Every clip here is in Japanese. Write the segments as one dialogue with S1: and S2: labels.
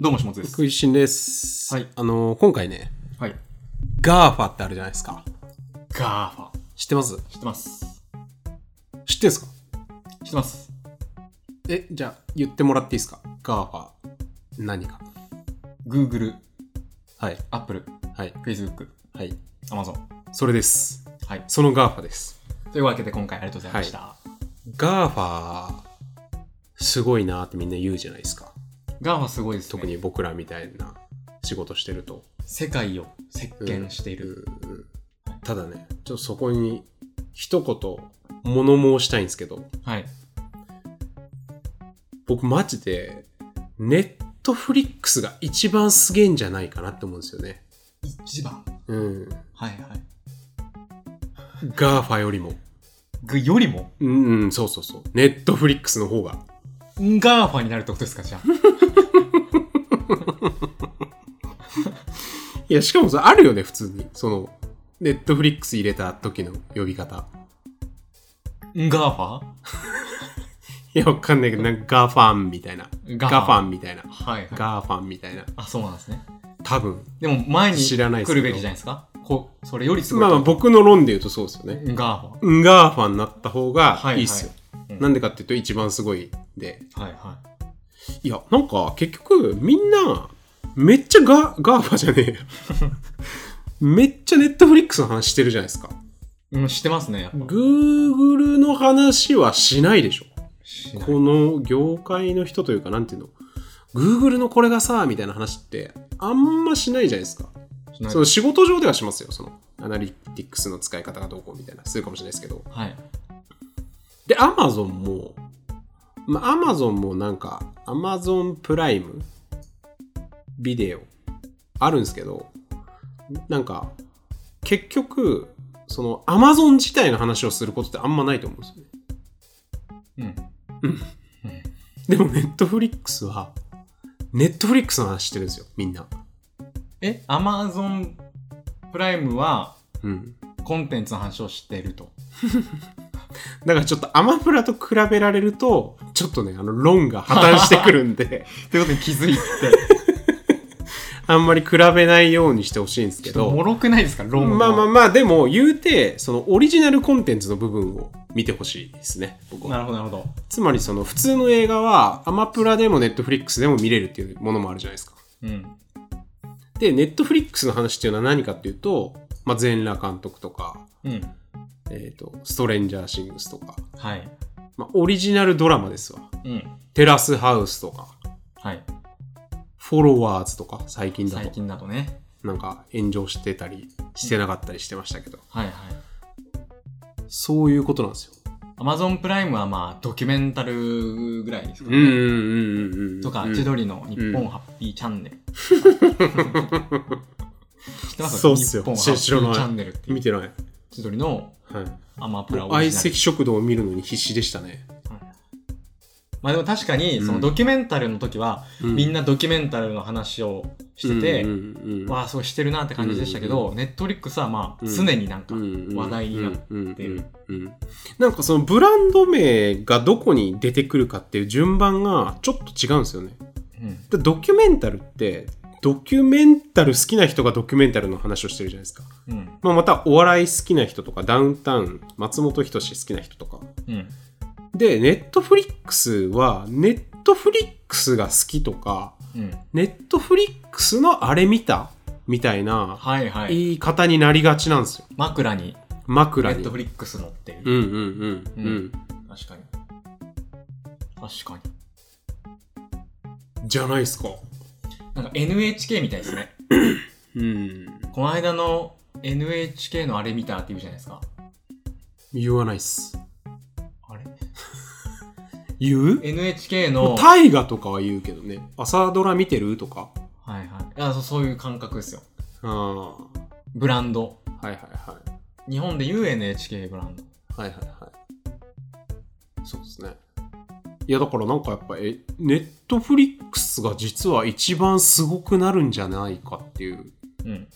S1: どうも、しもつです。
S2: 福井新です。
S1: はい
S2: あのー、今回ね、
S1: はい。
S2: ガーファってあるじゃないですか。
S1: ガーファ。
S2: 知ってます
S1: 知ってます。
S2: 知ってんすか
S1: 知ってます。
S2: え、じゃあ、言ってもらっていいですかガーファ。何か。
S1: Google、
S2: はい。
S1: Apple、
S2: はい。
S1: Facebook、
S2: はい。
S1: Amazon。
S2: それです。
S1: はい。
S2: そのガーファです。
S1: というわけで、今回ありがとうございました。
S2: ガーファ、すごいなってみんな言うじゃないですか。
S1: ガーファすごいですね。
S2: 特に僕らみたいな仕事してると。
S1: 世界を席巻している。
S2: うんうんただね、ちょっとそこに一言物申したいんですけど、
S1: はい。
S2: 僕マジで、ネットフリックスが一番すげえんじゃないかなって思うんですよね。
S1: 一番。
S2: うん。
S1: はいはい。
S2: ガーファよりも。
S1: ぐよりも、
S2: うん、うん、そうそうそう。ネットフリックスの方が。
S1: ガーファになるってことですか、 じゃあ。
S2: いや、しかもさ、あるよね、普通に。その、ネットフリックス入れた時の呼び方。
S1: ガーファ
S2: いや、わかんないけど、なんかガーファンみたいな。
S1: ガ
S2: ガ
S1: ーファン
S2: ーファンみたいな。
S1: はいはい。
S2: ガーファンみたいな。
S1: あ、そうなんですね。
S2: 多分。
S1: でも、前に
S2: 知らないです
S1: 来
S2: けど
S1: るべきじゃないですか。こそれよりすごい
S2: まあ
S1: と
S2: まあ、
S1: 思う。
S2: 僕の論で言うとそうですよね。
S1: ガーファ。
S2: ガーファンになった方がいいっす
S1: はい
S2: よ。
S1: はい
S2: なんでかっていうと、一番すごいで。
S1: はいはい。
S2: いや、なんか結局みんなめっちゃガガーファじゃ ねえよめっちゃネットフリックスの話してるじゃないですか。
S1: うん、知ってますね、やっぱ。
S2: Google の話はしないでしょ。
S1: しない
S2: この業界の人というか、なんていうの ?Google のこれがさ、みたいな話ってあんましないじゃないですか。
S1: しない
S2: その仕事上ではしますよ。そのアナリティクスの使い方がどうこうみたいな、するかもしれないですけど。
S1: はい。
S2: で、Amazon も、まあ、Amazon もなんか、Amazon プライムビデオあるんですけど、なんか、結局、その Amazon 自体の話をすることってあんまないと思うんですよね。
S1: うん。
S2: でも Netflix は、Netflix の話してるんですよ、みんな。
S1: え、アマゾンプライムは
S2: うん。
S1: コンテンツの話をしてると。
S2: だからちょっとアマプラと比べられると、ちょっとね、あの、論が破綻してくるん で、
S1: ということに気づいて。
S2: あんまり比べないようにしてほしいんですけど。
S1: もろくないですか、論
S2: まあまあ
S1: ま
S2: まあ、でも言うて、そのオリジナルコンテンツの部分を見てほしいですね、僕は。
S1: なるほど、なるほど。
S2: つまりその普通の映画はアマプラでもネットフリックスでも見れるっていうものもあるじゃないですか。
S1: うん。
S2: で、ネットフリックスの話っていうのは何かっていうと、まあ、全裸監督とか、
S1: うん。
S2: えっ、と、ストレンジャーシングスとか、
S1: はい。
S2: まあ、オリジナルドラマですわ。
S1: うん。
S2: テラスハウスとか、
S1: はい。
S2: フォロワーズとか、最近だ
S1: 最
S2: と、
S1: 近だとね。
S2: なんか炎上してたり、してなかったりしてましたけど、
S1: はいはい。
S2: そういうことなんですよ。
S1: アマゾンプライムはまあ、ドキュメンタルぐらいですか
S2: うん
S1: ね。
S2: うんうんうんうん。
S1: とか、
S2: うん
S1: 千鳥の日
S2: う
S1: 本ハッピーチャンネル。知ってます
S2: そうっすよ
S1: 日本ハッピ
S2: 知らな
S1: ー
S2: い
S1: チャンネルっていう
S2: 見てない。
S1: 千鳥の
S2: はい。
S1: アマプラオリ
S2: 相
S1: ジナル
S2: 席。食堂を見るのに必死でしたね。
S1: まあでも確かに、そのドキュメンタルの時は、みんなドキュメンタルの話をしてて、
S2: うんうんうん
S1: わあ、そうしてるなって感じでしたけど、ネットリックスはまあ、
S2: うん
S1: 常になんか
S2: うんうん
S1: 話題になってる。
S2: うんうんうんなんかそのブランド名がどこに出てくるかっていう順番がちょっと違うんですよね。
S1: うん
S2: でドキュメンタルってドキュメンタル好きな人がドキュメンタルの話をしてるじゃないですか。
S1: うん。
S2: まあ、またお笑い好きな人とかダウンタウン松本人志好きな人とか。
S1: うん。
S2: でネットフリックスはネットフリックスが好きとか
S1: うん。
S2: ネットフリックスのあれ見たみたいな
S1: はいはい。
S2: 言い方になりがちなんですよ。
S1: 枕に、ネ
S2: 枕
S1: ッ
S2: に。
S1: トフリックス乗って
S2: う
S1: る。
S2: んうんうんうん。
S1: 確かに。確か
S2: じゃないですか。
S1: に。なんか NHK みたいですね。
S2: うん。
S1: この間の NHK のあれ見たって言うじゃないですか。
S2: 言わないっす。
S1: あれ
S2: 言う
S1: ?NHK の、はい
S2: 大河とかは言うけどね。朝ドラ見てるとか。
S1: はい。あそうそういう感覚ですよ。
S2: ああ。は
S1: ブランド。
S2: いはいはい。
S1: 日本でいう NHK ブランド。
S2: はいはいはい。そうですね。いやだからなんかやっぱえネットフリックスが実は一番すごくなるんじゃないかっていう
S1: うん。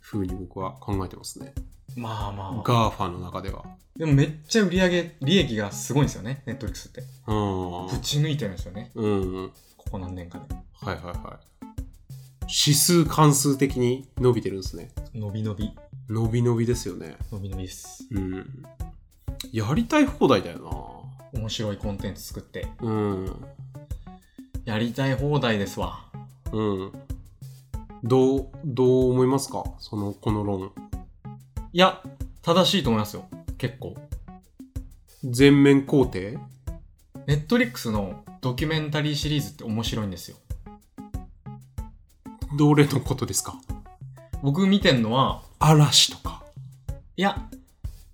S2: 風に僕は考えてますね。
S1: まあまあ。
S2: ガーファの中では。
S1: でもめっちゃ売り上げ、利益がすごいんですよね、ネットリックスって。
S2: うん。
S1: ぶち抜いてるんですよね、
S2: うんうん。
S1: ここ何年かで。
S2: はいはいは指数関数的に伸びてるんですね。
S1: 伸び伸び、
S2: 伸び伸びですよね。
S1: 伸び伸びです。
S2: うん。やりたい放題だよ
S1: 面白いコンテンツ作って、
S2: な。うん。
S1: やりたい放題ですわ。
S2: うん。どう、どう思いますかその、この論。
S1: いや、正しいと思いますよ。結構。
S2: 全面肯定
S1: ネットリックスのドキュメンタリーシリーズって面白いんですよ。
S2: どれのことですか
S1: 僕見てんのは、
S2: 嵐とか。
S1: いや、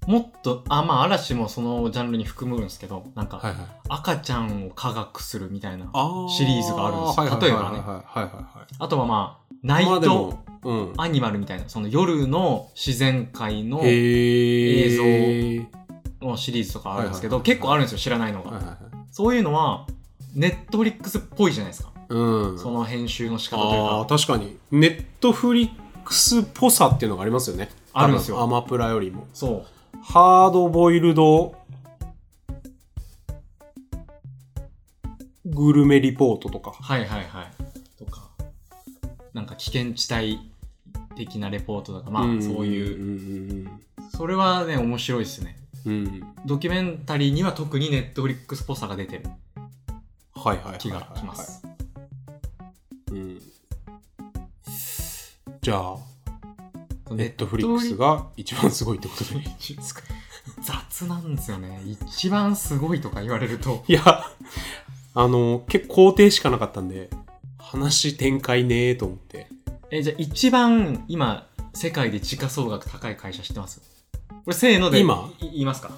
S1: もっと、あ、まあ、嵐もそのジャンルに含むんですけど、なんか、
S2: いはい。
S1: 赤ちゃんを科学するみたいな。あ
S2: あー
S1: シリーズがあるんですよ
S2: はいはいはいはい
S1: 例えばね
S2: はいはいはい。
S1: とはまあ、ナイ
S2: まあで
S1: ト
S2: も、うん。
S1: アニマルみたいな、その夜の自然界の
S2: へー。映
S1: のシリーズとかあるんですけ
S2: は
S1: ど、
S2: いはいはい
S1: 結構あるんですよ、知らないの
S2: はいは
S1: が。
S2: いはい。
S1: そういうのは、ネットフリックスっぽいじゃないですか。
S2: うん。
S1: その編集の仕方という
S2: ああ
S1: か。
S2: ー、確かに。ネットフリックスっぽさっていうのがありますよね。
S1: あるんですよ
S2: 多分アマプラよりも。
S1: そう。
S2: ハードボイルドグルメリポートとか。
S1: はいはいはい。とか、なんか危険地帯的なレポートとか、まあ、
S2: ん
S1: そういう。
S2: うん
S1: それはね、面白いですね。
S2: うんうん。うん。
S1: ドキュメンタリーには特にネットフリックスっぽさが出てる
S2: はいはいはいはいはい。
S1: 気がします。
S2: うん。じゃあ、ネ
S1: ネ
S2: ットフリックスが一番すごいってことで いいですか
S1: 雑なんですよね。一番すごいとか言われると。
S2: いや、あの、結構肯定しかなかったんで、話展開ねえと思って。
S1: え、じゃあ一番今、世界で時価総額高い会社知ってますこれせーので
S2: 今
S1: い言いますか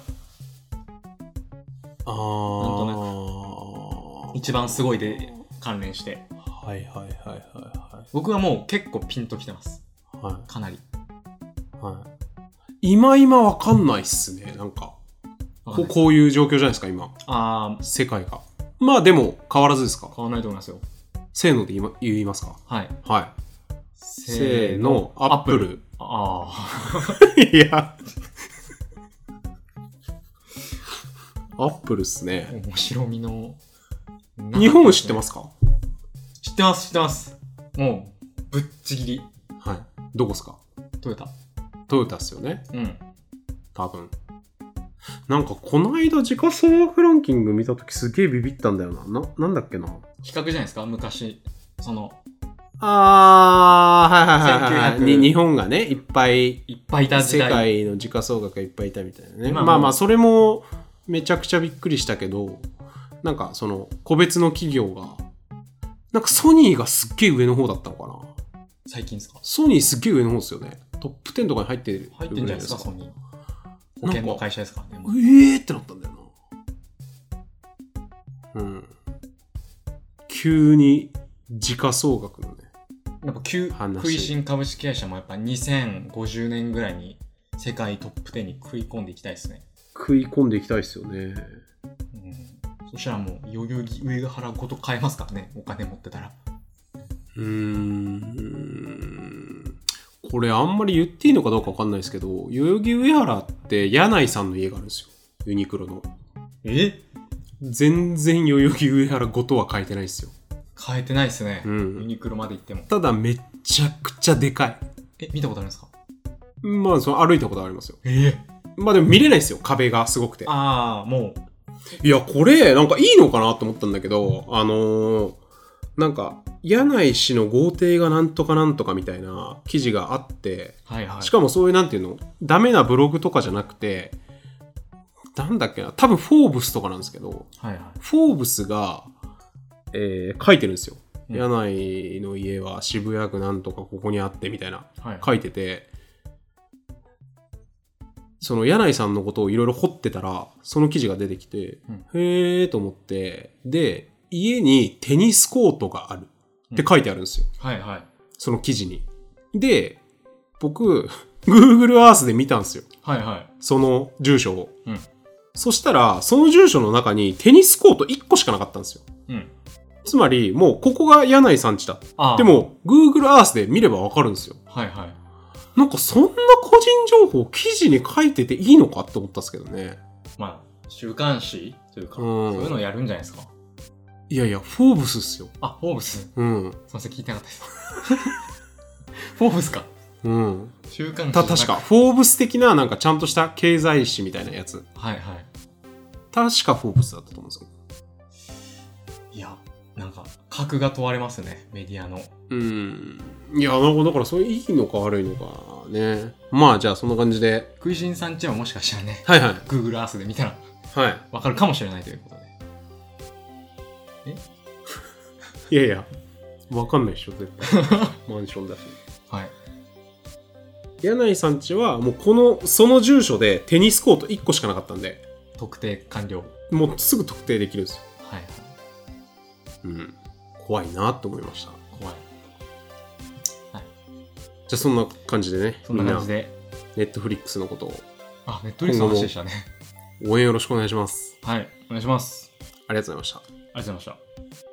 S2: あ
S1: ん
S2: ー。
S1: 一番すごいで関連して。
S2: はいはいはいは
S1: 僕はもう結構ピンときてます。
S2: いはい。は
S1: かなり。
S2: い。はい、今今わかんないっすね。なんか、
S1: わかんな
S2: こ
S1: いです
S2: こういう状況じゃないですか、今。
S1: あー、
S2: 世界が。まあでも、変わらずですか
S1: 買わないと思いますよ。
S2: せーので言いま言いますか
S1: はい。
S2: はい。せー
S1: の。
S2: の、アップル。
S1: あ
S2: いや。アップルっす
S1: あ、
S2: ね。
S1: 面白みの。
S2: 日本を知ってますすか
S1: 知ってます、知ってます。もう、ぶっちぎり。
S2: はい。どこっすか
S1: トヨタ。
S2: トヨタっすよね。
S1: うん。
S2: 多分。なんか、この間、時価総額ランキング見たときすげえビビったんだよな。な、なんだっけな。
S1: 比較じゃないですか昔、その、
S2: あー、はいはいはい、はい。
S1: 1900
S2: に日本がね、いっぱい、
S1: いっぱいいた時
S2: 世
S1: 代。
S2: 界の時価総額がいっぱいいたみたいなね。
S1: 今も
S2: まあまあ、それもめちゃくちゃびっくりしたけど、なんかその個別の企業が、なんかソニーがすっげえ上の方だったのかな。
S1: 最近ですか
S2: ソニーすっげえ上の方ですよね。トップ10とかに入ってる
S1: 入ってんじゃないですか、ソ
S2: ー。
S1: ニー。保
S2: なんか
S1: 険の会社ですからね。もう
S2: ええー、ってなったんだよな。うん。急に時価総額のね。
S1: やっぱ旧、
S2: 話
S1: 食いしん株式会社もやっぱ2050年ぐらいに世界トップ10に食い込んでいきたいですね。
S2: 食い込んでいきたいですよね。
S1: うん。そしたらもう、代々木上原ごと買えますからね、お金持ってたら。
S2: うーん。これあんまり言っていいのかどうかわかんないですけど、代々木上原って柳井さんの家があるんですよ。ユニクロの。
S1: え
S2: 全然代々木上原ごとは書いてないですよ。
S1: 買えてないですね。
S2: う
S1: ユ
S2: ん。
S1: ニクロまで行っても。
S2: ただめちゃくちゃでか
S1: え、見たことあるんですか
S2: い。まあ、その歩いたことありますよ。
S1: ええ
S2: まあでも見れないですよ、壁がすごくて。
S1: ああ、もう、
S2: いや、これ、なんかいいのかなと思ったんだけど、あのーなんか、柳井氏の豪邸がなんとかなんとかみたいな記事があって、
S1: はいはい。
S2: しかもそういうなんていうの、ダメなブログとかじゃなくて、なんだっけな、多分フォーブスとかなんですけど、
S1: はいは
S2: フォーブスが、えー書いてるんですよ。
S1: うん
S2: 柳井の家は渋谷区なんとかここにあってみたいな。
S1: い。はい、
S2: 書いてて、その柳井さんのことをいろいろ掘ってたら、その記事が出てきて、
S1: うん
S2: へーと思って、で、家にテニスコートがあるって書いてあるんですよ。
S1: はいはい。
S2: その記事に。で、僕、Google Earth で見たんですよ。
S1: はいはい。
S2: その住所を。
S1: うん
S2: そしたら、その住所の中にテニスコート1個しかなかったんですよ。
S1: うん。
S2: つまり、もうここが柳井さん家だ。
S1: ああ。
S2: で、も、Google Earth で見ればわかるんですよ。
S1: はいはい。
S2: なんかそんな個人情報記事に書いてていいのかって思ったんですけどね。
S1: まあ、週刊誌というか、
S2: うん
S1: そういうのをやるんじゃないですか。
S2: いやいや、フォーブスっすよ。
S1: あ、フォーブス。す
S2: うん。
S1: みません、聞いてなかった です。フォーブスか。
S2: うん。
S1: 週刊誌
S2: た、確か、。フォーブス的な、なんかちゃんとした経済誌みたいなやつ。
S1: はいは
S2: 確かフォーブスだったと思うんですよ。
S1: い。いや、なんか、格が問われますね、メディアの。
S2: うん。いや、なんかだから、それいいのか悪いのかね。まあ、じゃあ、そんな感じで。
S1: 食いしんさんちはもしかしたらね、
S2: はいはい。
S1: Google Earth で見たら
S2: は
S1: わかるかもしれないということで。
S2: い。いやいや、わかんないでしょ、絶対。 マンションだし。
S1: はい。
S2: 柳井さんちは、もうこの、その住所でテニスコート1個しかなかったんで、
S1: 特定完了。
S2: もうすぐ特定できるんですよ。
S1: はい。
S2: うん。怖いなと思いました。
S1: 怖い。
S2: じゃあそんな感じでね、
S1: そんな感じ
S2: みん
S1: で。
S2: な、ネットフリックスのことを
S1: あ、ネットリックスの話でしたね。
S2: 応援よろしくお願いします。
S1: はい。お願いします。
S2: ありがとうございました。
S1: ありがとうございました。